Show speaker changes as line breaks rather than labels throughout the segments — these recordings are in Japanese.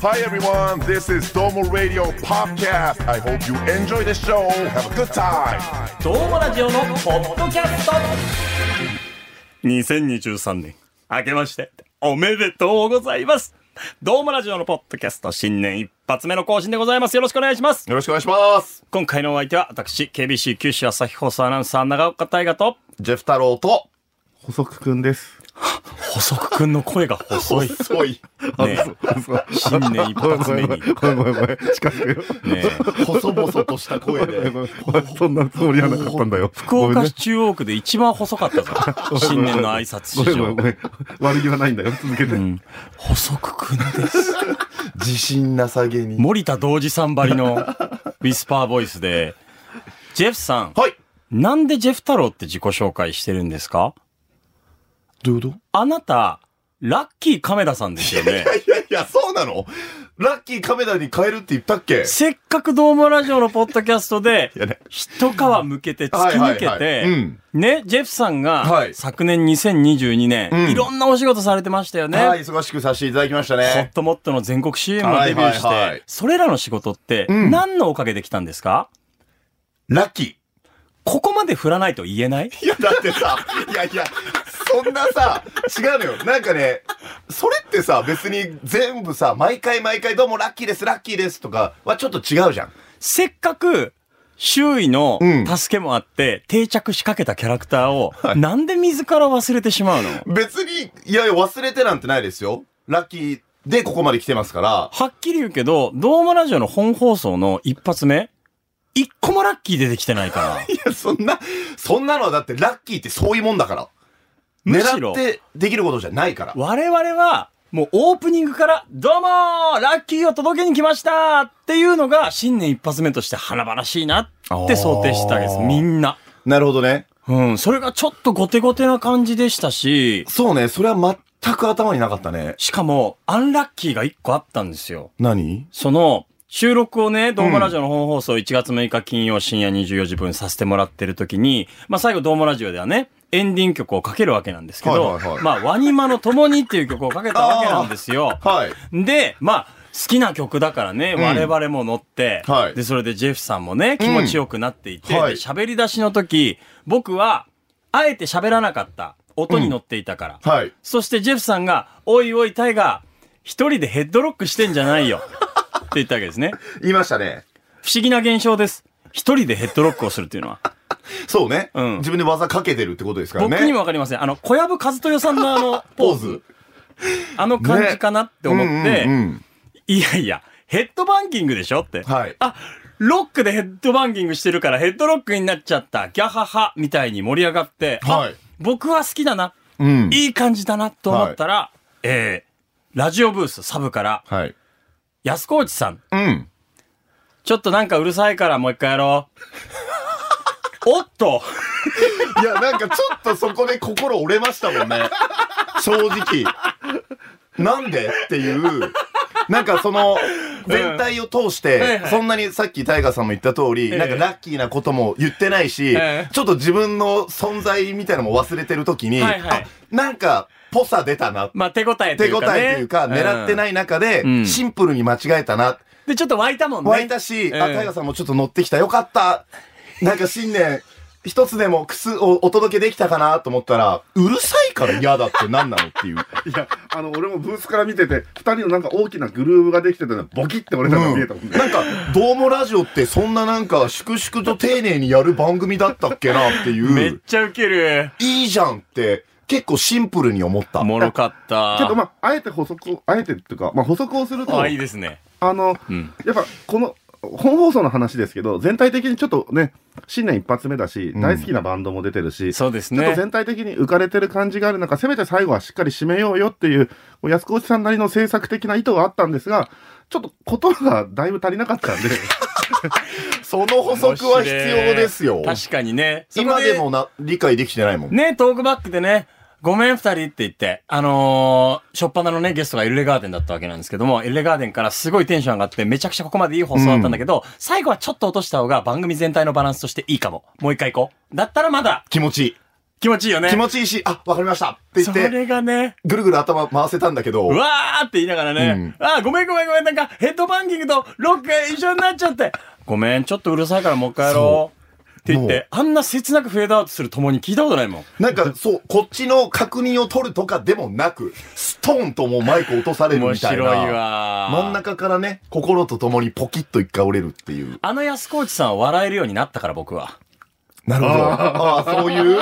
Hi everyone, this is Domo Radio Podcast. I hope you enjoy the show. Have a good time.
どうもラジオのポッドキャスト
2023年、明けまして、おめでとうございます。どうもラジオのポッドキャスト、新年一発目の更新でございます。よろしくお願いします。
よろしくお願いします。
今回のお相手は、私、KBC 九州朝日放送アナウンサー、長岡大河と、
ジェフ太郎と、
細くくんです。
細くくんの声が細い。ね
細い。
え新年一発目に。ね
ごめんごめんごめん。近くよ。
え
細々とした声
ごめん
で。
ごめんそんなつもりはなかったんだよ。
福岡市中央区で一番細かったぞ。新年の挨拶
ごめ
史
んごめ
上
んご。めん。悪気はないんだよ。続けて。
細くくんです。
自信なさげに。
森田同時さんばりのウィスパーボイスで、ジェフさん、
はい。
なんでジェフ太郎って自己紹介してるんですか
どういうこ
あなた、ラッキー亀田さんですよね
と。いやいや、そうなのラッキーカメラに変えるって言ったっけ
せっかくドームラジオのポッドキャストで
いやね、
一皮向けて、突き抜け
はいはいはいう
て
ん、
ね、ジェフさん
は
が
い
昨年2022
うん
年、いろんなお仕事されてましたよ
はい、
ね。
忙しくさせていただきました
ホッ
ね。
トモットの全国 CM もデビューし
はいはいはい
て、それらの仕事って
ん
何のおかげで来たんですか
ラッキー。
ここまで振らないと言えない
いや、だってさ、いやいや、そんなさ、違うのよ。なんかね、それってさ、別に全部さ、毎回毎回どうもラッキーです、ラッキーですとかはちょっと違うじゃん。
せっかく、周囲の
うん
助けもあって、定着しかけたキャラクターを、なんで自ら忘れてしまうの
別に、いやいや、忘れてなんてないですよ。ラッキーでここまで来てますから。
はっきり言うけど、ドームラジオの本放送の一発目、一個もラッキー出てきてないから。
いや、 そんな、そんなのはだってラッキーってそういうもんだから。
むしろ
狙ってできることじゃないから。
我々は、もうオープニングから、どうもーラッキーを届けに来ましたっていうのが、新年一発目として華々しいなって想定してたわけです。
あー
みんな。
なるほどね。
うん、それがちょっとゴテゴテな感じでしたし、
そうね、それは全く頭になかったね。
しかも、アンラッキーが一個あったんですよ。
何
その、収録をね、ドームラジオの本放送1月6日金曜深夜24時分させてもらってる時に、まあ最後ドームラジオではね、エンディング曲をかけるわけなんですけど、
はいはいはい
まあワニマの共にっていう曲をかけたわけなんですよ。
はい。
で、まあ、好きな曲だからね、
ん
我々も乗って、
はい
で、それでジェフさんもね、気持ちよくなっていて、で
はい
喋、り出しの時、僕は、あえて喋らなかった。音に乗っていたから。
はい。
そしてジェフさんが、おいおいタイガー、一人でヘッドロックしてんじゃないよ。って言ったわけですね。
言いましたね。
不思議な現象です。一人でヘッドロックをするっていうのは。
そうね。
うん
自分で技かけてるってことですからね。
僕にもわかりません。あの、小籔和豊さんのあの、ポーズ。あの感じかなって思って、
うんうんうん
いやいや、ヘッドバンキングでしょって。
はい
あ、ロックでヘッドバンキングしてるからヘッドロックになっちゃった。ギャハハみたいに盛り上がって、あ
はい
僕は好きだな。
うん
いい感じだなと思ったら、えー、ラジオブースサブから、
はい。
安河内さん、
うん。
ちょっとなんかうるさいからもう一回やろ う。おっと
いや、なんかちょっとそこで心折れましたもんね。正直。なんでっていう。なんかその、全体を通し
はい
て
は、い
そんなにさっきタイガーさんも言った通り、
え
なんかラッキーなことも言ってないし
ええ、
ちょっと自分の存在みたいなのも忘れてる時に、
はいはい
あ、なんか、ぽさ出たな。
まあ手応えとい
手
う
応
か、ね。
えというか、狙って
い。
ない中で
う、ん
シンプルに間違えたな。
で、ちょっと湧いたもんね。
湧いたし、あ、
ええ
タイガーさんもちょっと乗ってきた。よかった。なんか新年、一つでもくすをお届けできたかなと思ったら、うるさいから嫌だって何なのっ ていう。
いや、あの、俺もブースから見てて、二人のなんか大きなグルーブができてたのボキって俺らが見えたもんね。
なんか、どうもラジオってそんななんか、粛々と丁寧にやる番組だったっけなって
め
い
っ
う、
ちゃウケる。
いいじゃんって、結構シンプルに思った。
おもろかった。
けどまあ、あえて補足を、あえてっていうか、まあ補足をすると、
あ、いいですね。
あの、
ん
やっぱこの、本放送の話ですけど、全体的にちょっとね、新年一発目だし、大好きなバンドも出てるし、
そうです
ちょっと
ね。
全体的に浮かれてる感じがある中、せめて最後はしっかり締めようよっていう、こう安子内さんなりの制作的な意図はあったんですが、ちょっと言葉がだいぶ足りなかったんで、
その補足は必要ですよ。
確かにね。
今でもな、理解できてないもん。
ね、トークバックでね、ごめん二人って言って、あのー、初っ端のね、ゲストがエルレガーデンだったわけなんですけども、エルレガーデンからすごいテンション上がって、めちゃくちゃここまでいい放送だったんだけど、最後はちょっと落とした方が番組全体のバランスとしていいかも。もう一回行こう。だったらまだ、
気持ちいい。
気持ちいいよね。
気持ちいいし、あ、わかりましたって言っ
そ
て、
れがね、
ぐるぐる頭回せたんだけど
う、わーって言いながらね、あーごめんごめんごめん、なんかヘッドバンキングとロックが一緒になっちゃって、ごめん、ちょっとうるさいからもう一回やろう。って言っ
も
て、あんな切なくフェードアウトするともに聞いたことないもん。
なんかそう、こっちの確認を取るとかでもなく、ストーンともうマイク落とされる
面
みた
白
い
い
な。
わー。
真ん中からね、心と共にポキッと一回折れるっていう。
あの安河内さんは笑えるようになったから僕は。
なるほど。ああ、そういう、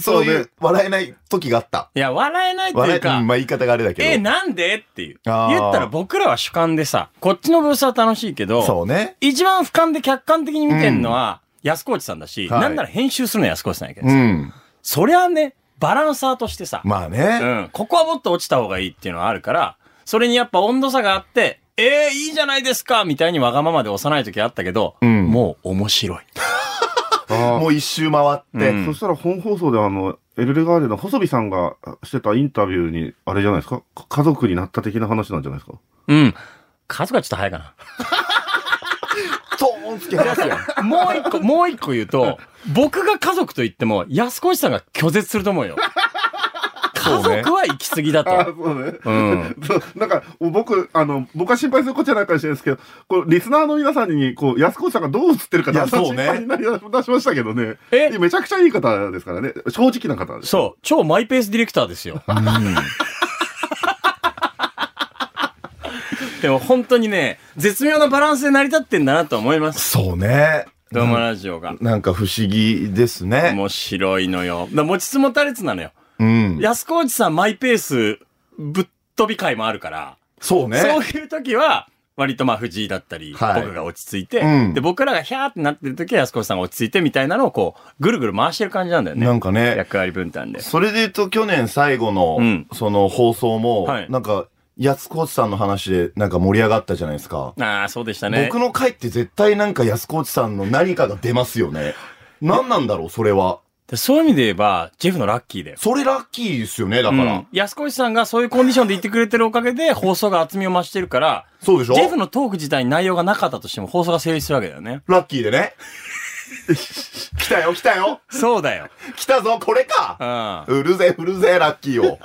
そうい
そう
う、笑えない時があった。
いや、笑えないってい
笑
う
え、う
か
ん、まあ言い方があれだけど。
え、なんでっていう。
あー
言ったら僕らは主観でさ、こっちのブースは楽しいけど、
そうね。
一番俯瞰で客観的に見てんのは、安河内さんだし、
はい
なんなら編集するのは安河内さんやけど
う
さ、
ん。
そりゃね、バランサーとしてさ、
まあね。
うん、ここはもっと落ちた方がいいっていうのはあるから、それにやっぱ温度差があって、えー、いいじゃないですかみたいにわがままで押さない時あったけど、
ん
もう面白い。
あ
もう一周回って。
うん
そしたら本放送であの、エルレガーデンの細見さんがしてたインタビューに、あれじゃないですかか家族になった的な話なんじゃないですか
うん。数がちょっと早いかな。
トーンつけますよ。
もう一 個、もう一個言うと、僕が家族と言っても、安越さんが拒絶すると思うよ。
そ
家
うね
族は行き過ぎだ
あ
と。
そうね。
うん。
そうなんか、僕、あの、僕は心配することじゃないかもしれないですけど、こう、リスナーの皆さんに、こう、安子さんがどう映ってるか、
いや
だんだん
そう
心
ね
配になりだしましたけどね。
え
めちゃくちゃいい方ですからね。正直な方です。
そう。超マイペースディレクターですよ。 でも本当にね、絶妙なバランスで成り立ってんだなと思います。
そうね。
ドームラジオが。
なんか不思議ですね。
面白いのよ。だから持ちつ持たれつなのよ。
うん。
安河内さんマイペースぶっ飛び会もあるから。
そうね。
そういう時は、割とまあ藤井だったり、
はい
僕が落ち着いて、
うん
で、僕らがヒャーってなってる時は安子さんが落ち着いてみたいなのをこう、ぐるぐる回してる感じなんだよね。
なんかね、
役割分担で。
それで言うと去年最後の、
うん
その放送も、
はい
なんか、安河内さんの話でなんか盛り上がったじゃないですか。
ああ、そうでしたね。
僕の回って絶対なんか安河内さんの何かが出ますよね。何なんだろう、それは。
でそういう意味で言えば、ジェフのラッキーだよ。
それラッキーですよね、だから。
うん安子さんがそういうコンディションで言ってくれてるおかげで、放送が厚みを増してるから、
そうでし
ジ
ょ
ェフのトーク自体に内容がなかったとしても放送が成立するわけだよね。
ラッキーでね。来たよ、来たよ。
そうだよ。
来たぞ、これか。
うん。
うるぜ、うるぜ、ラッキーを。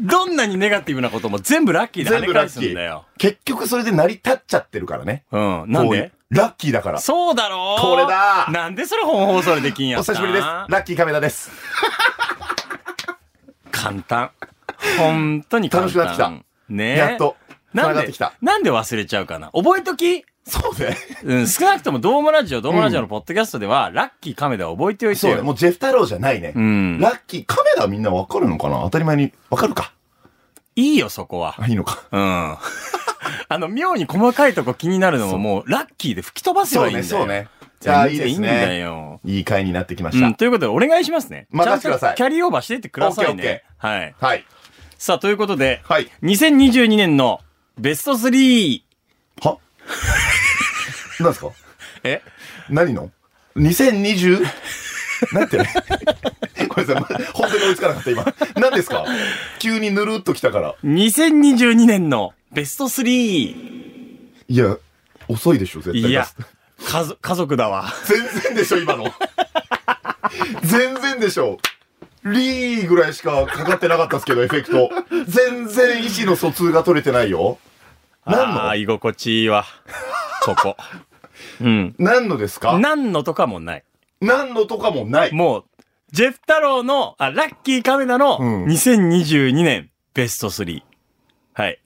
どんなにネガティブなことも全部ラッキーで跳
全
ね
部
返
ラ
す
ッ
ん
キ
だ
ー
よ。。
結局それで成り立っちゃってるからね。
うん。なん
こうい
で
うラッキーだから。
そうだろう
これだ
なんでそれ本放送でできんや
お
った
久しぶりです。ラッキー亀田です。
簡単。本当に簡単。
楽しくなって
きた。ねえ
やっと。
なん
繋がっ
で
てきた。
なんで忘れちゃうかな覚えとき
そうね。
うん、少なくともドームラジオ、ドームラジオのポッドキャストでは、ラッキーカメラを覚えておいて
そうね。
よ。
もうジェフ太郎じゃないね。
ん
ラッキー亀田はみんなわかるのかな当たり前に。わかるか。
いいよ、そこは。
あ、いいのか。
うん。あの、妙に細かいとこ気になるのももう、ラッキーで吹き飛ばせばいいんだよ。
そうねそうね
じゃあ、い
い
い
やいいです
ん
ね
だよ。
いい回になってきまし
うん、
た。
ということで、お願いしますね。
任せてください
ちゃんとキャリーオーバーしていってください
オッケーオッ
ね
ケ。
はい。
はい。
さあ、ということで、
はい。
2022年のベスト3。
は 何ですか
え
何の ?2020? なんてね。 ごめんなさい。本当に追いつかなかった今。何ですか急にぬるっときたから。
2022年のベスト 3!
いや、遅いでしょ、絶対。
いや、家族、家族だわ。
全然でしょ今の全然でしょリーぐらいしかかかってなかったですけどエフェクト全然意思の疎通が取れてないよ何
ああ、
の
居心地いいわ。ここ。うん。
何のですか
何のとかもない。
何のとかもない
もう、ジェフ太郎の、あ、ラッキーカメラの
うん
2022年ベスト3。はい。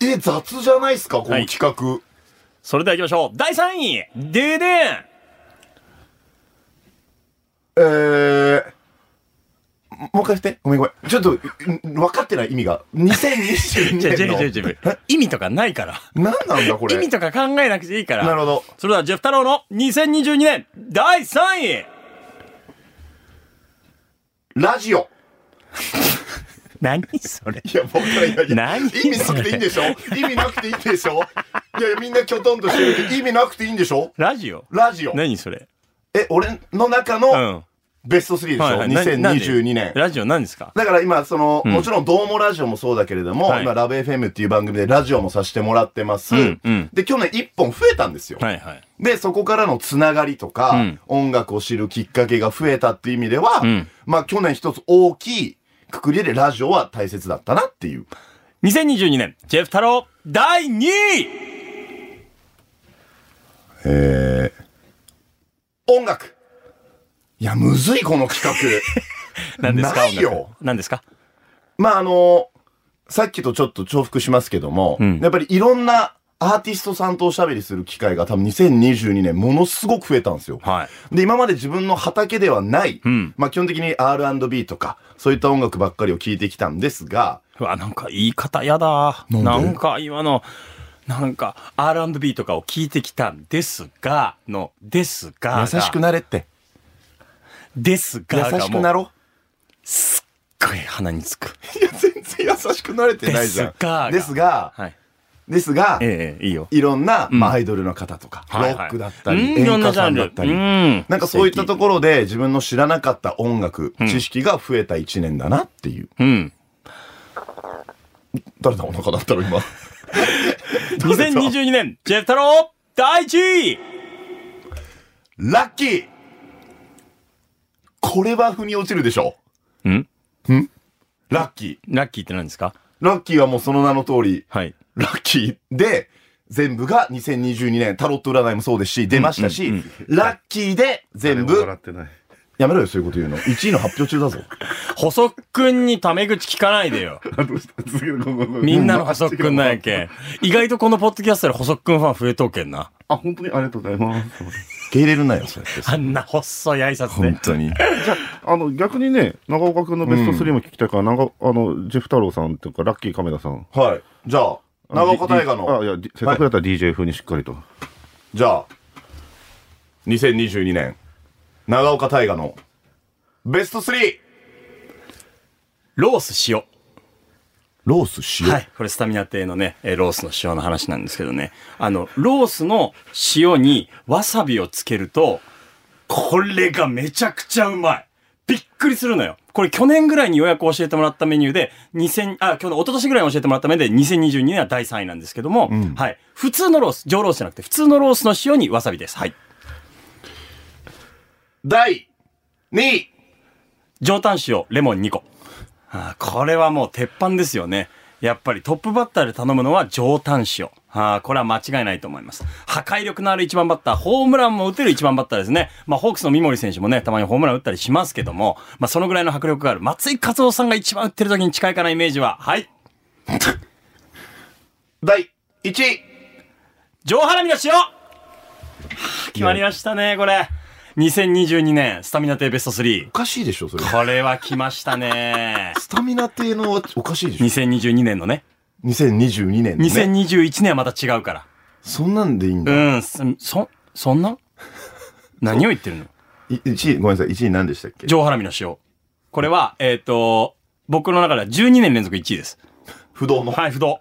え雑じゃないですかこの企画、
それでは行きましょう。第3位ででん
えーもう一回して。ごめんごめん。ちょっと、ん分かってない意味が。2022
じゃあ、ジェ
年
フ、ジェフ、
の。
ジェフ。 意味とかないから。
何なんだこれ。
意味とか考えなくていいから。
なるほど。
それでは、ジェフ太郎の2022年第3位
ラジオ。
何それ
いや、僕からいやいや、
何
意味なくていいんでしょ意味なくていいんでしょいやいや、みんなきょとんとしてるけど、意味なくていいんでしょ
ラジオ
ラジオ。
何それ
え、俺の中
う
の
ん。
ベスト3でしょ、
はいはいななんで
2022年。
ラジオ何ですか
だから今、その、
うん
もちろん、どうもラジオもそうだけれども、
はい
今、ラブ FM っていう番組でラジオもさせてもらってます。
うんうん
で、去年1本増えたんですよ。
はいはい。
で、そこからのつながりとか、
うん
音楽を知るきっかけが増えたっていう意味では、
うん
まあ、去年一つ大きいくくりでラジオは大切だったなっていう。
2022年、ジェフ太郎、第2位
えー、音楽いや、むずい、この企画。
何ですか
ないよ
音楽何ですか
まああの、さっきとちょっと重複しますけども、
うん
やっぱりいろんなアーティストさんとおしゃべりする機会が多分2022年ものすごく増えたんですよ。
はい。
で、今まで自分の畑ではない、
うん
まあ基本的に R&B とか、そういった音楽ばっかりを聴いてきたんですが、
うわ、なんか言い方やだ。
なんで
なんか今の、なんか R&B とかを聞いてきたんですが、の、ですがが、
優しくなれって。
です
優
ががもう、
しくなろ
すっごい鼻につく。
う。いや、全然優しくなれてないじゃん。
ですが
ですが、
はい。
ですが、
ええいいよ。
いろんな、まあ
うん
アイドルの方とか、
はい
ロ
はい
ックだったり、
うんいろ
演
んな
歌
ジャ
さ
ン
んだ
ル
っ。たり、
ん
なんかそういったところで自分の知らなかった音楽、
ん
知識が増えた一年だなっていう。
うん。
誰だ、お腹だったろ、 今。誰だ
2022年、ジェフ太郎、第1位
ラッキーこれは腑に落ちるでしょ。
ん
ラッキー。
ラッキーって何ですか
ラッキーはもうその名の通り、
はい。
ラッキーで、全部が2022年、タロット占いもそうですし、出ましたし、
うんうん
ラッキーで全
誰も
部
もら、ってない。
やめろよ、そういうこと言うの。1位の発表中だぞ。
細くんにタメ口聞かないで よ。
あどうした続けてごめんごめごめ
みんなの細くんなんやけん。意外とこのポッドキャストで細くんファン増えとうけんな。
あ、本当にありがとうございます。
受け入れるなよ、そうやって。
あんな細い挨拶で
本。当に。
あの、逆にね、長岡君のベスト3も聞きたいから、長あの、ジェフ太郎さんっていうか、ラッキー亀田さん。
はい。じゃあ、長岡大河の。
あ、いや、せっかくだったら DJ 風にしっかりと。
じゃあ、2022年、長岡大河のベスト 3!
ロース塩。
ロース塩
はい。これスタミナ亭のね、えーロースの塩の話なんですけどね。あの、ロースの塩にわさびをつけると、これがめちゃくちゃうまい。びっくりするのよ。これ去年ぐらいにようやく教えてもらったメニューで、2000、あ、去年、一昨年ぐらいに教えてもらったメニューで、2022年は第3位なんですけども、
ん
はい。普通のロース、上ロースじゃなくて、普通のロースの塩にわさびです。はい。
第2位
上タン塩、レモン2個。あーこれはもう鉄板ですよね。やっぱりトップバッターで頼むのは上タン塩。あーこれは間違いないと思います。破壊力のある1番バッター、ホームランも打てる1番バッターですね。まあ、ホークスの三森選手もね、たまにホームラン打ったりしますけども、まあ、そのぐらいの迫力がある。松井勝夫さんが一番打ってる時に近いかなイメージは。はい。
第1位
上ハラミの塩はあ決まりましたね、これ。2022年、スタミナ亭ベスト3
お。かしいでしょ、それ。。
これは来ましたね
スタミナ系のおかしいでしょ
2022年のね。
2022年のね。
2021年はまた違うから。
そんなんでいいんだ。
うん、そ、そそんな 何を言ってるの
1位、ごめんなさい、1位何でしたっけ
上ハラミの塩。これは、えっ、と、僕の中では12年連続1位です。
不動の。
はい、不動。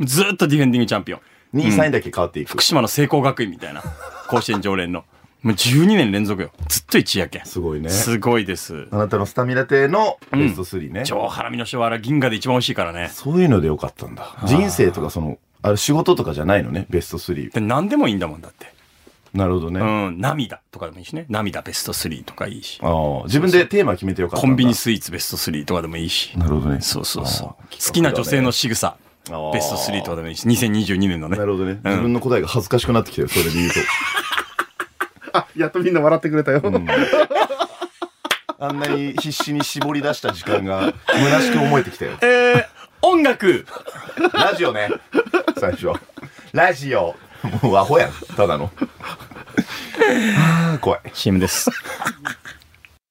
ずーっとディフェンディングチャンピオン。
2位、3位だけ変わっていく
福。島の聖光学院みたいな。甲子園常連の。もう12年連続よ。ずっと1位やけん。
すごいね。
すごいです。
あなたのスタミナ系のベスト3ね。
上ハラミの塩はあれ銀河で一番美味しいからね。
そういうのでよかったんだ。人生とかその、あれ仕事とかじゃないのね、ベスト3。
で、何でもいいんだもんだって。
なるほど
う
ね。
ん、涙とかでもいいしね。涙ベスト3とかいいし。
ああ、自分でテーマ決めてよかった
コ
んだ。
ンビニスイーツベスト3とかでもいいし。
なるほどね。
そうそうそう。
あー
好きな女性の仕草。
あー
ベスト3とかでもいいし、2022年のね。
なるほどね。
うん
自分の答えが恥ずかしくなってきたよ、それで 言うと。
あ、やっとみんな笑ってくれたよ。
あんなに必死に絞り出した時間が虚しく思えてきたよ。
えー、音楽
ラジオね。最初。ラジオ。もうアホやん。ただの。あー怖い。
!CM です。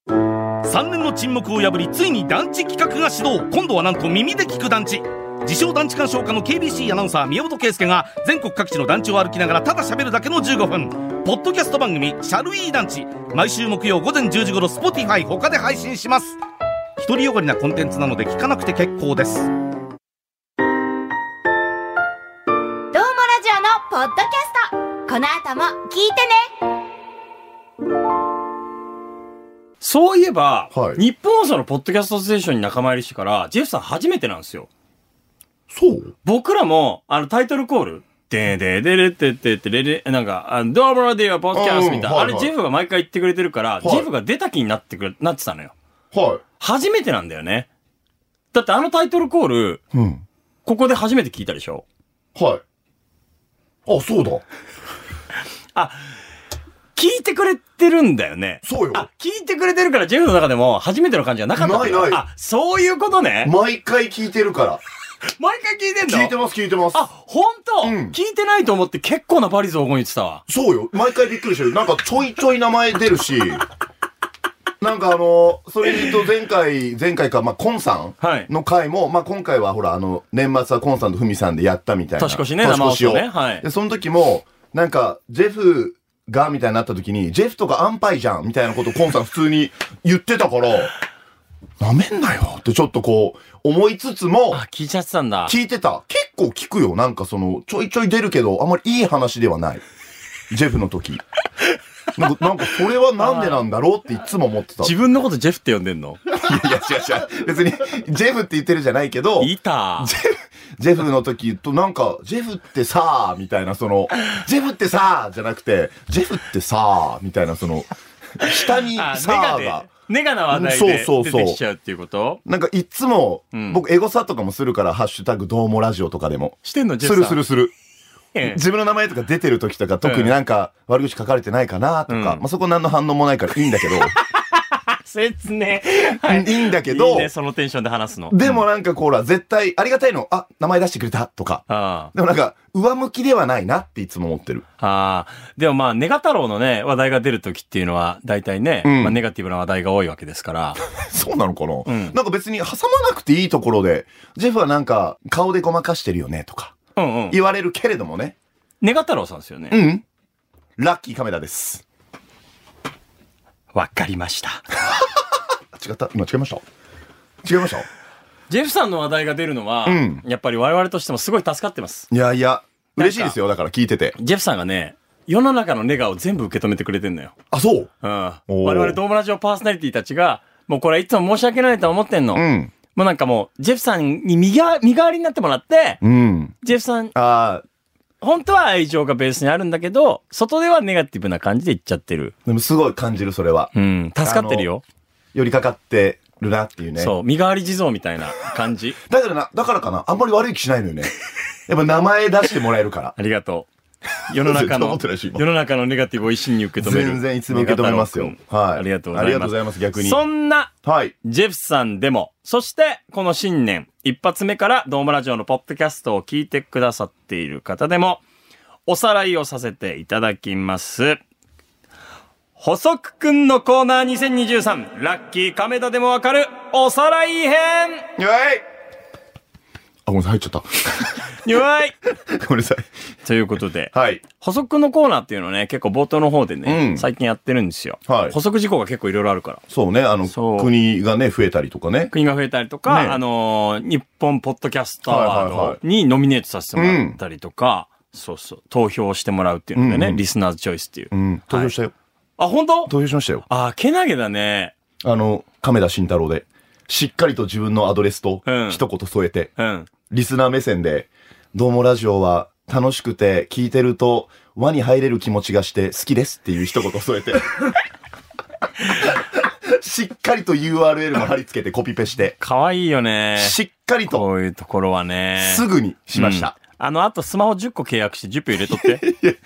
3年の沈黙を破りついに団地企画が始動今度はなんと耳で聞く団地自称団地鑑賞家の KBC アナウンサー宮本圭介が全国各地の団地を歩きながらただ喋るだけの15分ポッドキャスト番組「シャルイー団地」毎週木曜午前10時頃 Spotify 他で配信します独りよがりなコンテンツなので聞かなくて結構です
どうもラジオのポッドキャストこの後も聞いてね
スそういえば、
はい
日本放送のポッドキャストステーションに仲間入りしてから、ジェフさん初めてなんですよ。
そう
僕らも、あの、タイトルコール、でででれってってってれれ、なんか、あのどうもでよ、ポッドキャストみたいな、
うん
あ
はい
れ
はい
ジェフが毎回言ってくれてるから、
い
ジェフが出た気になってくれ、なってたのよ。
は
初めてなんだよね。だってあのタイトルコール、
い。うん。
ここで初めて聞いたでしょ
はい。あ、そうだ。
聞いてくれてるんだよね。
そうよ。
あ、聞いてくれてるから、ジェフの中でも初めての感じはなかったんだよ
ないない
あ、そういうことね。
毎回聞いてるから。
毎回聞いてんの
聞いてます、聞いてます。
あ、ほんと、
うん
聞いてないと思って結構なバリ雑言言ってたわ。
そうよ。毎回びっくりしてる。なんかちょいちょい名前出るし。なんかあの、それで言うと前回、前回か、まあ、コンさ
はい
んの回も、まあ、今回はほら、あの、年末はコンさんとフミさんでやったみたいな。
年越しね
年越しを。
生放送ねはい
で、その時も、なんか、ジェフが、みたいになった時に、ジェフとか安牌じゃん、みたいなことをコンさん普通に言ってたから、なめんなよってちょっとこう、思いつつも、
あ、聞いちゃってたんだ。
聞いてた。結構聞くよ。なんかその、ちょいちょい出るけど、あんまりいい話ではない。ジェフ の時。なんか、なんかそれはなんでなんだろうっていつも思ってた。い
自分のことジェフって呼んでんの
やいや、違う違う。別に、ジェフって言ってるじゃないけど、
いた。
ジェフの時となんか、ジェフってさーみたいな、その、ジェフってさーじゃなくて、ジェフってさーみたいな、その、下に
あ、ネ
さ
ガ
ー
で
が。。
ネガな話題で
そう
出
そうそう
てきちゃうっていうこと
なんかいつも、
ん
僕エゴサとかもするから、ハッシュタグどうもラジオとかでも。
してんのジェ
す
フ
る
さん。
するする。
ええ
自分の名前とか出てる時とか特になんか悪口書かれてないかなとか、
うん
まあ、そこ何の反応もないからいいんだ けど、
切ね。
い、いんだけど
いいね、そのテンションで話すの。
でもなんかこうほら絶対ありがたいのあ名前出してくれたとか
ああ。
でもなんか上向きではないなっていつも思ってる
ああ。でもまあ、ネガ太郎のね、話題が出るときっていうのは、大体ね、
うん
まあ、ネガティブな話題が多いわけですから。
そうなのかな、
ん
なんか別に挟まなくていいところでジェフはなんか顔でごまかしてるよねとか
うんうん。
言われるけれどもね
ネガ太郎さんですよね。
うんラッキーカメラです
わかりました。
あ 違った今違いました違いました
ジェフさんの話題が出るのは、
うん
やっぱり我々としてもすごい助かってます。
いやいや嬉しいですよだから聞いてて
ジェフさんがね、世の中のネガを全部受け止めてくれてんのよ。
あそう
うん。我
おー
々ドームラジオパーソナリティたちが、もうこれはいつも申し訳ないと思ってんの。
うん
もうなんかもう、ジェフさんに身が、身代わりになってもらって、
うん
ジェフさん、
ああ
本当は愛情がベースにあるんだけど、外ではネガティブな感じで言っちゃってる。
でもすごい感じるそれは
うん。助かってるよ。
寄りかかってるなっていうね。
そう。身代わり地蔵みたいな感じ。
だからな、だからかな、あんまり悪い気しないの よね。やっぱ名前出してもらえるから。
ありがとう。世の中
思
の
っ、 てないし今
世の中のネガティブを一心に受け止める。
全然いつでも受け止めますよ
ネガ太郎君
はい
ありがとうございます。
ありがとうございます逆に
そんな、
はい。
ジェフさんでも、そして、この新年、一発目から、ドームラジオのポッドキャストを聞いてくださっている方でも、おさらいをさせていただきます。補足くんのコーナー2023、ラッキー亀田でもわかる、おさらい編
よいあ、ごめんなさい、入っちゃっ
にわい
た。ごめんなさい。
ということで、
はい。
補足のコーナーっていうのはね、結構冒頭の方でね、
うん
最近やってるんですよ。
はい
補足事項が結構いろいろあるから。
そうね、あの、
そう
国がね、増えたりとかね。
国が増えたりとか、
ね
あのー日本ポッドキャストアワ
はいはいは
ードにノミネートさせてもらったりとか、そうそう、投票してもらうっていうのでね、
うんうん
リスナーズチョイスっていう。
うん、投票したよ。
あ、本当
投票しましたよ。
あ、けなげだね。
あの、亀田慎太郎で。しっかりと自分のアドレスと
うん、
一言添えて。
うん。
リスナー目線で、どうもラジオは楽しくて聞いてると輪に入れる気持ちがして好きですっていう一言 添えて。しっかりと URL も貼り付けてコピペして、
可愛いよね。
しっかりと
こういうところはね。
すぐにしました。
うん。あの、あとスマホ10個契約して10票入れと って。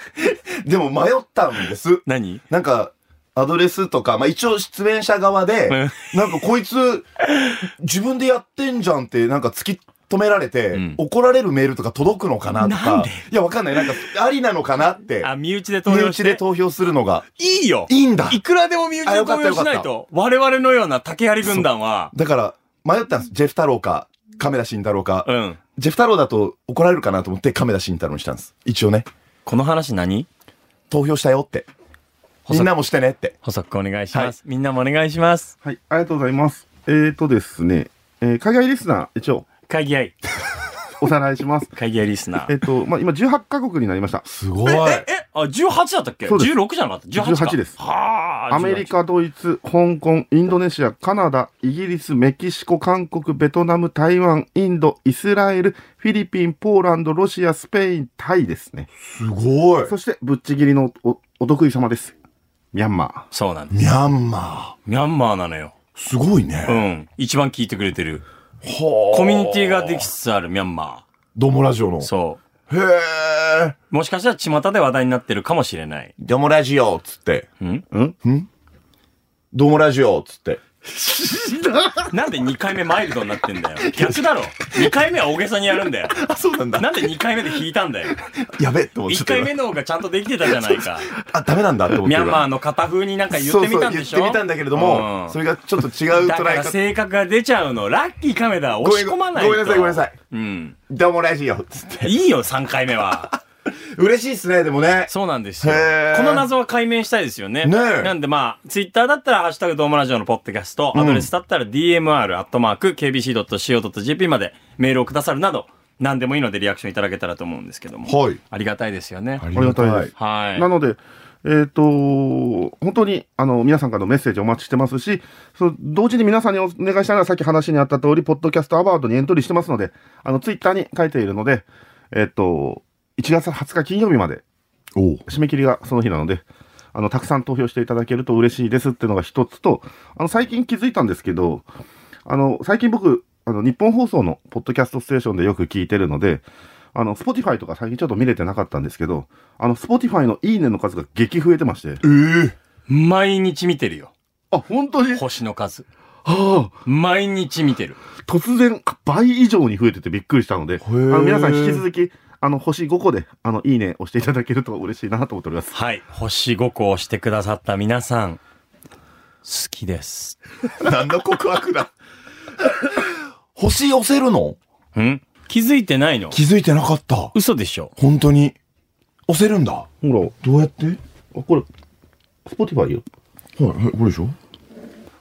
でも迷ったんです。
何
なんか、アドレスとか、まあ、一応出演者側で、なんかこいつ、自分でやってんじゃんって、なんか突き止められて、
ん
怒られるメールとか届くのかなとか、
なんで
いや、わかんない。なんか、ありなのかなって。
あ、身内で投
身
票して。
内で投票するのが。
いいよ
いいんだ
いくらでも身内
あ
で
よ
投
かった
票しないと、我々のような竹槍軍団は、
だから、迷ったんです。ジェフ太郎か、亀田慎太郎か。
うん。
ジェフ太郎だと怒られるかなと思って亀田慎太郎にしたんです。一応ね、
この話何
投票したよって。
細
みんなもしてねって。
補足お願いします、みんなもお願いします。
はい、ありがとうございます。えーとですね、えー海外リスナー、一応、
会議愛。。
おさらいします
会議愛リスナ
えっ
ー。
と、まあ、今18カ国になりました。
すごい。
え、あ、18だったっけ
そうです
?16 じゃなかった18か
18です
はあ。
アメリカ、ドイツ、香港、インドネシア、カナダ、イギリス、メキシコ、韓国、ベトナム、台湾、インド、イスラエル、フィリピン、ポーランド、ロシア、スペイン、タイですね。
すごい。
そして、ぶっちぎりのおおお得意様です。ミャンマ
そうなんです。
ミャンマ
ミャンマーなのよ。
ー。すごいね。
うん。一番聞いてくれてる。
はあ
コミュニティができつつあるミャンマ
ドモラジオの。
ー。そ
へえ。
う。もしかしたら巷で話題になってるかもしれない。
ドモラジオっつって。
ん
ドモラジオっつって。
なんで2回目マイルドになってんだよ。逆だろ。2回目は大げさにやるんだよ。
あ、そうなんだ。
なんで2回目で引いたんだよ。
やべって思っちゃ
1
った
回目の方がちゃんとできてたじゃない か。
あ、ダメなんだって思っ
ミ
て
ャンマー
ー
の片風になんか言ってみたんでしょ
そうそう言ってみたんだけれども、
うん
それがちょっと違う
だか
捉え
ら
方。
性格が出ちゃうの。ラッキーカメだ。押し込まないと。
ごめんなさい、ごめんなさい。
うん。
ドモラジオっつって。
いいよ、3回目 は。
嬉しいっすね、でもね。
そうなんですよ
へ。ー
この謎は解明したいですよね。
ねえ
なんでまあ、ツイッターだったら、ハッシュタグドームラジオのポッドキャスト、アドレスだったら DMR、アットマーク、kbc.co.jp までメールをくださるなど、何でもいいのでリアクションいただけたらと思うんですけども。
はい。
ありがたいですよね。
あ
りがたいです
は
ー。
い。
なので、えっ、と本当に、あの、皆さんからのメッセージお待ちしてますし、そう同時に皆さんにお願いしたいのは、さっき話にあった通り、ポッドキャストアワードにエントリーしてますので、あの、ツイッターに書いているので、えっ、と、1月20日金曜日まで
おう
締め切りがその日なので、あの、たくさん投票していただけると嬉しいですっていうのが一つと、あの、最近気づいたんですけど、あの、最近僕、あの、日本放送のポッドキャストステーションでよく聞いてるので、あの、Spotify とか最近ちょっと見れてなかったんですけど、あの、Spotify のいいねの数が激増えてまして。
ええ
毎日見てるよ。
あ、本当には
星の数。
あ、
毎日見てる。
突然倍以上に増えててびっくりしたので、あの、皆さん引き続き、あの、星5個で、あの、いいね押していただけると嬉しいなと思っております。
はい。星5個をしてくださった皆さん、好きです。
何の告白だ星寄せるの
ん気づいてないの
気づいてなかった。
嘘でしょ
本当に。押せるんだ。
ほら、
どうやってはい、
あこれ、Spotify よ。
はい、これでしょ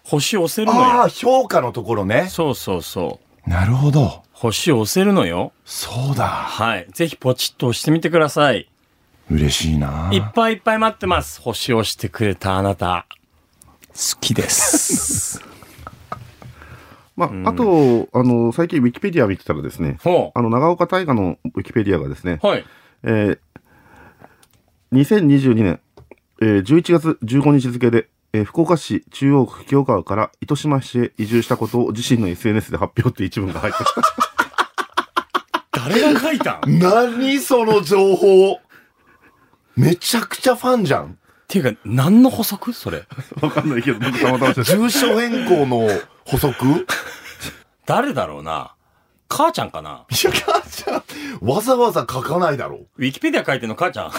星押せるの
あ
よ
あ、。評価のところね。
そうそうそう。
なるほど。
星押せるのよ。
そうだ。
はい。ぜひポチッと押してみてください。
嬉しいない
っぱいいっぱい待ってます。星押してくれたあなた。好きです。
まあ、あと、あの、最近ウィキペディア見てたらですね、
ほ
あの、長岡大河のウィキペディアがですね
う。、はい。
えー、2022年、えー11月15日付で、えー福岡市中央区清川から糸島市へ移住したことを自身の SNS で発表って一文が入ってました。
誰が書いたんっ
何その情報めちゃくちゃファンじゃん。
ていうか、何の補足それ。
わかんないけど、僕たまたまです
住所変更の補足 い
誰だろうな。母ちゃんかな
や、母ちゃん、わざわざ書かないだろ。
ウィキペディア書いてんの母ちゃん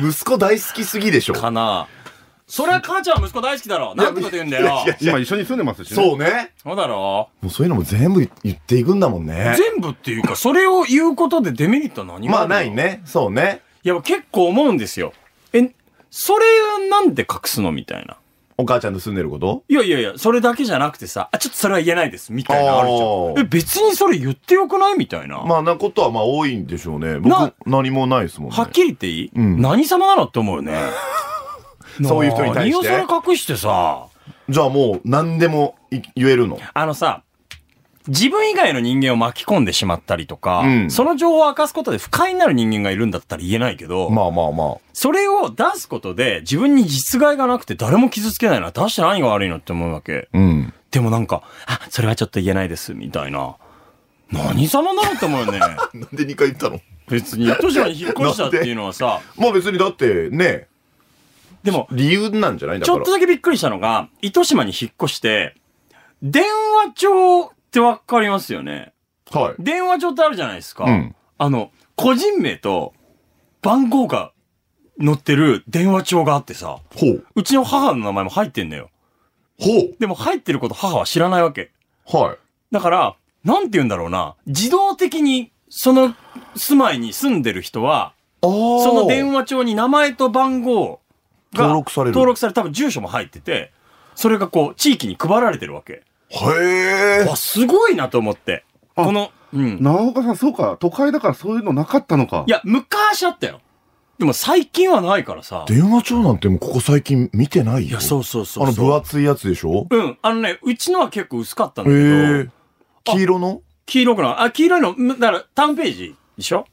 息子大好きすぎでしょ。
か なそれは母ちゃんは息子大好きだろ。なんてこと言うんだよ。
今一緒に住んでますしね。
そうね。
そうだろ
もうそういうのも全部言っていくんだもんね。
全部っていうか、それを言うことでデメリットは何が
ま
あ
あ
るの
ない。ね。そうね。
いや、結構思うんですよ。え、それなんで隠すのみたいな。
お母ちゃんと住んでること
いやいやいや、それだけじゃなくてさ、あ、ちょっとそれは言えないです、みたいなのあるじ
お
ゃん。
ー
え、別にそれ言ってよくないみたいな。
まあなことはまあ多いんでしょうね。僕
な、
何もないですもんね。
はっきり言っていい、
ん
何様なのって思うよね。
そういう人に対して
何をそれ隠してさ、
じゃあもう何でもい言えるの。
あのさ、自分以外の人間を巻き込んでしまったりとか、
うん
その情報を明かすことで不快になる人間がいるんだったら言えないけど、
まあまあまあ。
それを出すことで自分に実害がなくて誰も傷つけないな、出して何が悪いのって思うわけ。
うん。
でもなんか、あ、それはちょっと言えないです、みたいな。何様なのって思うよね。
なんで2回言ったの
別に、糸島に引っ越したっていうのはさ、
まあ別にだってね、
でも、
理由なんじゃないんだ
ち
か
ょ
ら。
っとだけびっくりしたのが、糸島に引っ越して、電話帳ってわかりますよね。
はい。
電話帳ってあるじゃないですか。
うん
あの、個人名と番号が載ってる電話帳があってさ、
ほう。
うちの母の名前も入ってんだよ。
ほ
でも入ってること母は知らないわけ。
う。はい。
だから、なんて言うんだろうな。自動的に、その住まいに住んでる人は、
ああ
その電話帳に名前と番号が
登録される
登録され、多分住所も入ってて、それがこう、地域に配られてるわけ。
へえ。
わ、すごいなと思って。
あ
この、うん。
長岡さん、そうか。都会だからそういうのなかったのか。
いや、昔あったよ。でも最近はないからさ。
電話帳なんてもうここ最近見てないよ。
いや、そうそうそう
あの
そう。
分厚いやつでしょ
うん。あのね、うちのは結構薄かったんだ
ええ
けど、
黄色の
黄色くないあ、黄色いの、むだから、単ページでしょ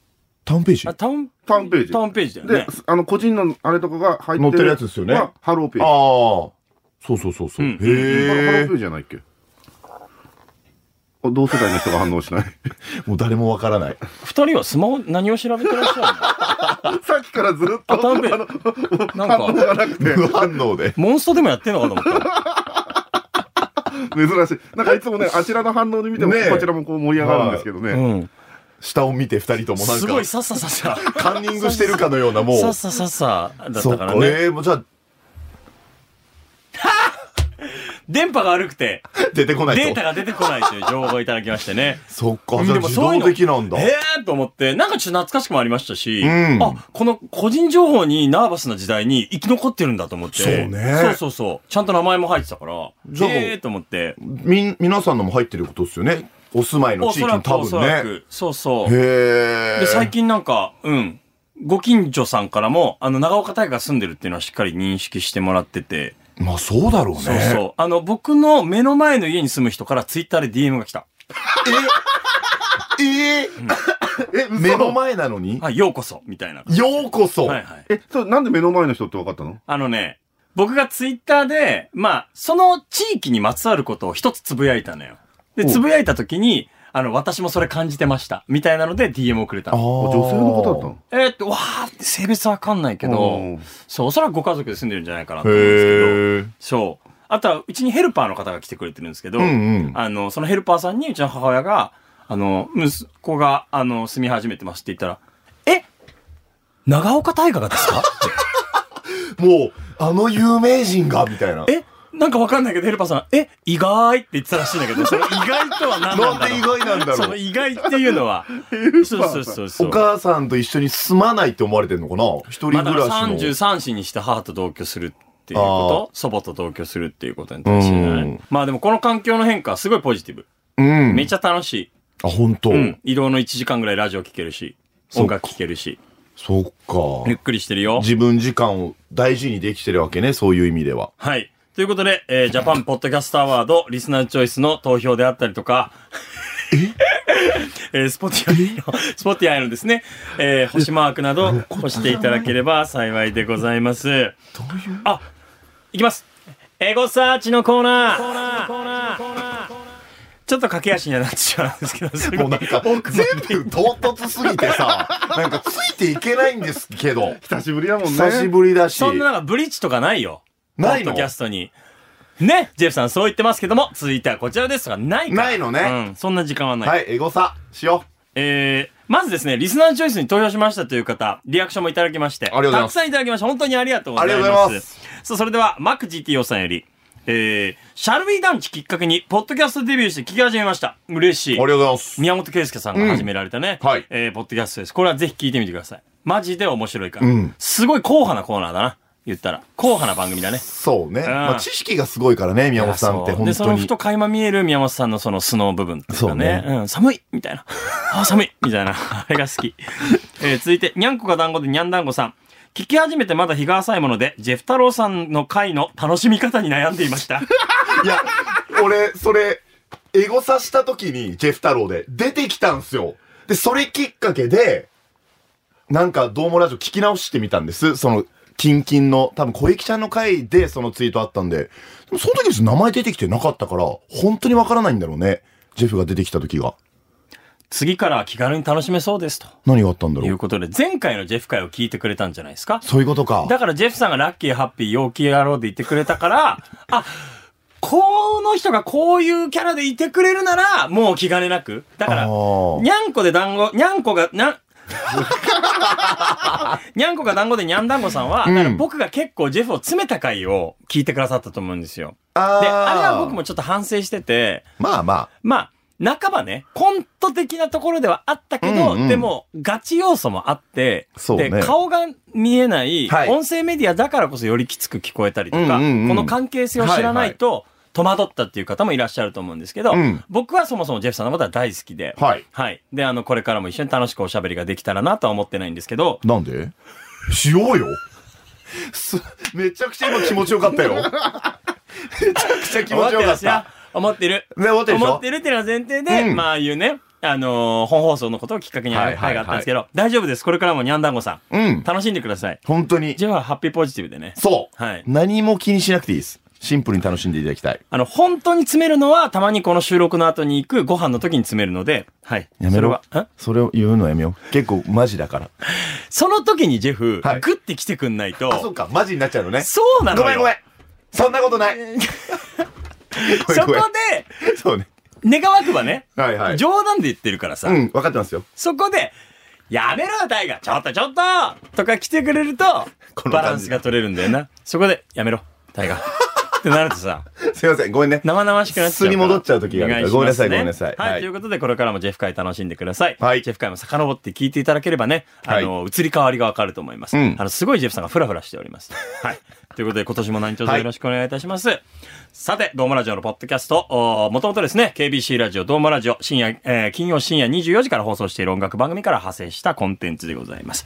タウンページ
あ、単、
単ページ
単ページだよ
で
ね。、
あの、個人のあれとかが入ってる。
載ってるやつですよね
はハローペー
あ
ジ。
あ。そうそうそうそう。
うん
ハロー
へえ
ペー。ジじゃないっけお同世代の人が反応しない。
もう誰もわからない。
二人はスマホ何を調べてらっし ゃ
さっきからずっと、
あ単ページ
の、
るのなんか、
がなくて、
無反応で。
モンストでもやってんのかと思った。
珍しい。なんかいつもね、あちらの反応で見ても、
ねえ
こちらもこう盛り上がるんですけどね。
うん。
下を見て二人ともなん
すご
か
い、、さっささっさ。
カンニングしてるかのような、もう。
さっささっさだっ
そ
た
っ
から
か。
ね。
ええもうじゃあ、
電波が悪くて、
出てこないと。
データが出てこないという情報をいただきましてね。
そっか、
うん
じゃあ
でも
自
そういう
動
の
的なんだ。
ええー、と思って、なんかちょっと懐かしくもありましたし、
うん
あ、この個人情報にナーバスな時代に生き残ってるんだと思って。
そうね
そうそうそう。ちゃんと名前も入ってたから、
じゃあ
ええー、と思って。
みん、皆さんのも入ってることですよね。お住まいの
お
地
そ
域
ら
に
く
多
おそ
分
ら
ね。
く。そうそう。
へえ。
で、最近なんか、うん。ご近所さんからも、あの、長岡大が住んでるっていうのはしっかり認識してもらってて。
まあそうだろうね。
そうそう。あの、僕の目の前の家に住む人からツイッターで DM が来た。
ええ目の前なのに、
あ、ようこそみたいな。
ようこそ、
はいはい。
え、そう、なんで目の前の人って分かったの
あのね、僕がツイッターで、まあ、その地域にまつわることを一つつぶやいたのよ。で、つぶやいたときに、あの、私もそれ感じてました。みたいなので DM をくれた
あ
の。
女性の方だったの
えーっと、わー、性別わかんないけど、
うん
そう、おそらくご家族で住んでるんじゃないかなと思うんですけ
へえ。
ど、そう。あとは、うちにヘルパーの方が来てくれてるんですけど、
うんうん。
あの、そのヘルパーさんにうちの母親が、あの、息子が、あの、住み始めてますって言ったら、え長岡大河がですか
もう、あの有名人が、みたいな。
えなんかわかんないけど、ヘルパーさん、え意外って言ってたらしいんだ けど、その意外とは何な
なんん
だ
で
ろう
意外なんだ
そ
ろ
の
う。
意外っていうのは。そうそうそうそ
お
う。
母さんと一緒に住まないって思われてんのかな一人暮
まあだから
しの。
33子にして母と同居するっていうこと、祖母と同居するっていうことに対し
う
て
ん。
まあでもこの環境の変化はすごいポジティブ。
うん。
めちゃ楽しい。
あ、本当、
うん。移動の1時間ぐらいラジオ聴けるし、
そう
音
か
楽聴けるし、
そっ
ゆっ
か。
くりしてるよ。
自分時間を大事にできてるわけね、そういう意味 では。
はい。ということで、えージャパンポッドキャストアワード、リスナーチョイスの投票であったりとか、 えー、スポティアイの、スポティアイのですね、えー星マークなど、押していただければ幸いでございます。どういうあ、いきます。エゴサーチのコーナーコーナーコーナーちょっと駆け足にはなってしまうんですけど、すご
も
いう
なんか、全部唐突すぎて さ、なんかついていけないんですけど。
久しぶりだもんね。
久しぶりだし。
そんななんかブリッジとかないよ。
ない
ポッ
の
ドキャストに。ね、ジェフさんそう言ってますけども、続いてはこちらですが、ないから
ないのね
うん、そんな時間はない。
はい、エゴサしよ
えー、まずですね、リスナーチョイスに投票しましたという方、リアクションもいただきまして、
ありがとうございます
たくさんいただきました。本当にありがとうございます。
ありがとうございます
さあ、それでは、マック GTO さんより、えー、シャルビーダンチきっかけに、ポッドキャストデビューして聞き始めました。嬉し
う。あ
い
りが。とうございます。
宮本圭介さんが始められたね、
うんはい
えー、ポッドキャストです。これはぜひ聞いてみてください。マジで面白いから。
うん
すごい硬派なコーナーだな。言ったら。硬派な番組だね。
そうね。まあ知識がすごいからね、宮本さんって、
そう
本
で、そ
当
の
に
ふ。と垣間見える宮本さんのその素の部分っていうかね。
そう
うん、寒いみたいな。あ、寒いみたいな。 あれが好き。えー続いて、にゃんこが団子でにゃんだんごさん。聞き始めてまだ日が浅いもので、ジェフ太郎さんの回の楽しみ方に悩んでいま した。
いや、俺、それ、エゴサした時に、ジェフ太郎で、出てきたんすよ。で、それきっかけで、なんか、どうもラジオ聞き直してみたんです。その、キンキンの、多分小雪ちゃんの回でそのツイートあったんで、でもその時です名前出てきてなかったから、本当にわからないんだろうね。ジェフが出てきた時が。
次からは気軽に楽しめそうです。と
何があったんだ
い
ろ
う
う。
ことで、前回のジェフ会を聞いてくれたんじゃないですか
そういうことか。
だからジェフさんがラッキーハッピー陽気野郎で言ってくれたから、あ、この人がこういうキャラでいてくれるなら、もう気兼ねなく。だから、
あ
に
ー
ゃんこで団子、にゃんこが、 なん、にゃんこが団子でにゃん団子さんは、
うん
だから僕が結構ジェフを詰めた回を聞いてくださったと思うんですよ。
あ
で、
ー
あれは僕もちょっと反省してて、
まあまあ。
まあ、半ばね、コント的なところではあったけど、
うんうん
でも、ガチ要素もあって、
そうね
で、顔が見えない、
はい
音声メディアだからこそよりきつく聞こえたりとか、
うんうんうん
この関係性を知らないと、戸惑ったっていう方もいらっしゃると思うんですけど、
うん
僕はそもそもジェフさんのことは大好きで、
はい。
はい。で、あの、これからも一緒に楽しくおしゃべりができたらなとは思ってないんですけど、
なんでしようよ。すめちゃくちゃ今気持ちよかったよ。めちゃくちゃ気持ちよかっ
いや
た。
思ってる。
ね思ってるでしょ
思ってるっていうのは前提で、
うん
まあああいうね、あのー本放送のことをきっかけに
は
会
い
い
はいはい
があったんですけど、大丈夫です。これからもニャンダンゴさん,、
うん
楽しんでください。
本当に。
じゃあ、ハッピーポジティブでね。
そう、
はい
何も気にしなくていいです。シンプルに楽しんでいただきたい。
あの、本当に詰めるのは、たまにこの収録の後に行くご飯の時に詰めるので、はい。
やめろ
それは。ん
それを言うのやめよう。結構マジだから。
その時にジェフ、
はい
グッて来てくんないと、
あ、そっか。マジになっちゃうのね。
そうなのよ。
ごめんごめん。そんなことない。 ごめ
そ
んご
こ
めん
で、
そうね。
願わくばね、
はいはい。
冗談で言ってるからさ、
うん、分かってますよ。
そこで、やめろよ、大河ちょっとちょっととか来てくれると
こ、の感じ
バランスが取れるんだよな。そこで、やめろ、大河ってなるとさ、
すいません。ごめんね。
生々しくなっちゃうから。
素に戻っちゃう時があるから
お願しますね
ごめんなさいごめんなさ
は
い
い、
はい
ということで、これからもジェフ会楽しんでください。
はい
ジェフ会も遡って聞いていただければね、あの、移り変わりがわかると思います。
うん
あの、すごいジェフさんがフラフラしており ます。はい。ということで、今年も何卒よろしくお願いいたします。さて、ドームラジオのポッドキャスト、もともとですね、KBC ラジオ、ドームラジオ、深夜、えー金曜深夜24時から放送している音楽番組から派生したコンテンツでございます。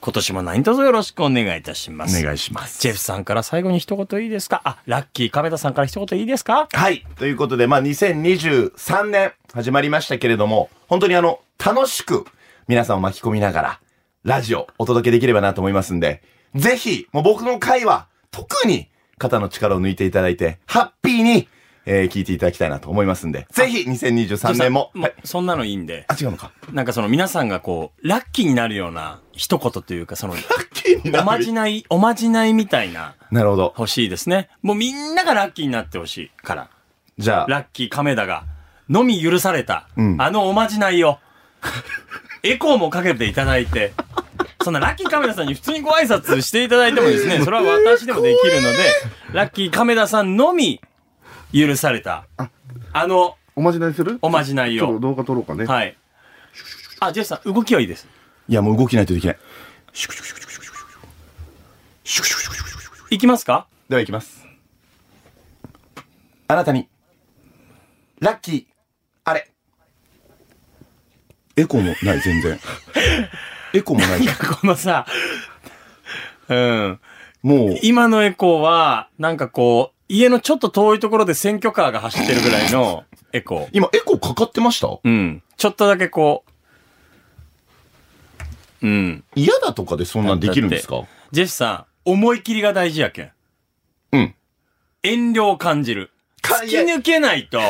今年も何卒よろしくお願いいたします。
お願いします
ジェフさんから最後に一言いいですかあ、ラッキー亀田さんから一言いいですか
はい。ということで、まあ、2023年始まりましたけれども、本当にあの、楽しく皆さんを巻き込みながら、ラジオお届けできればなと思いますんで、ぜひ、もう僕の回は、特に肩の力を抜いていただいて、ハッピーに、えー聞いていただきたいなと思いますんで、ぜひ2023年も、
も、
はいう
そんなのいいんで
あ、、違うのか。
なんかその皆さんがこう、ラッキーになるような一言というか、そ の、おまじない、おまじないみたいな、
なるほど。
欲しいですね。もうみんながラッキーになってほしいから。
じゃあ、
ラッキー亀田が、のみ許された、
うん
あのおまじないを、エコーもかけていただいて、そんなラッキー亀田さんに普通にご挨拶していただいてもです ね、それは私でもできるので、ラッキー亀田さんのみ許された、あの
おまじないする
おまじない
ちょっと
を、
動画撮ろうかね。
はい。あ、ジェフさん、動きはいいです。
いや、もう動きないとできない。
いきますか
では行きます。あなたに、ラッキー、あれ。エコもない、全然。 エコもない。
このさ、うん。
もう、
今のエコーは、なんかこう、家のちょっと遠いところで選挙カーが走ってるぐらい のエコー。
今、エコかかってました
うん。ちょっとだけこう。うん。
嫌だとかでそんなんできるんですか
ジェフさん、思い切りが大事やけん。
うん。
遠慮を感じる。
か
突き抜けないと、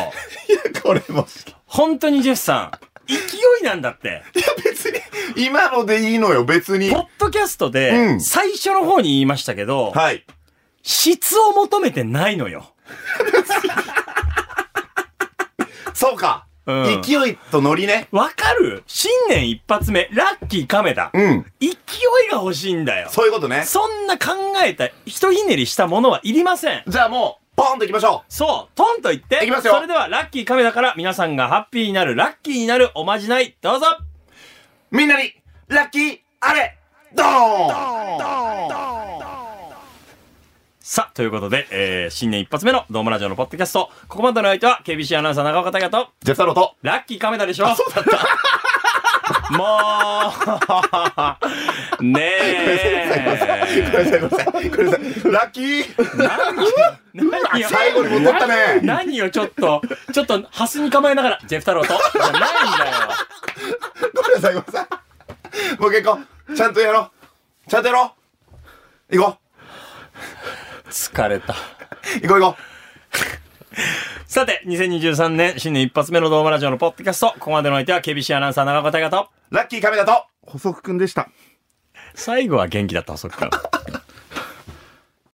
これも。
本当にジェフさん、勢いなんだ って。
別に、今のでいいのよ、別に
ポ。ッドキャスト
う
で、
ん
最初の方に言いましたけど、
はい。
質を求めてないのよ。
そうか。
うん
勢いとノリね。
わかる新年一発目、ラッキー亀田。
うん。
勢いが欲しいんだよ。
そういうことね。
そんな考えた、ひとひねりしたものはいりません。
じゃあもう、ポンと行きましょ
そう、トンと言って。
いきますよ
それでは、ラッキー亀田から皆さんがハッピーになる、ラッキーになるおまじない、どうぞ
う。みんなに、ラッキー、あれ、ドーン
さあ、ということで、えー、新年一発目のドームラジオのポッドキャスト。ここまでの相手は、KBC アナウンサー長岡大和と、
ジェフ太郎と、
ラッキー亀田でしょそうだ った。もう、ね
ごめ
え。
んなさい、ごめんなさい。ごめんなさい。ラッキー
何を
最後に戻ったね。
何よ、ちょっと、ちょっと、ハスに構えながら、ジェフ太郎と、じゃないんだよ。
ごめんなさい、ごめんなさい。もう結構、ちゃんとやろう。ちゃんとやろう。行こ
疲れた。
う。行こう行こ
さて、2023年新年一発目のドームラジオのポッドキャスト、ここまでの相手は、KBC アナウンサー長岡大和と、
う。ラッキー亀田と、
補足くんでした。
最後は元気だった、そっから。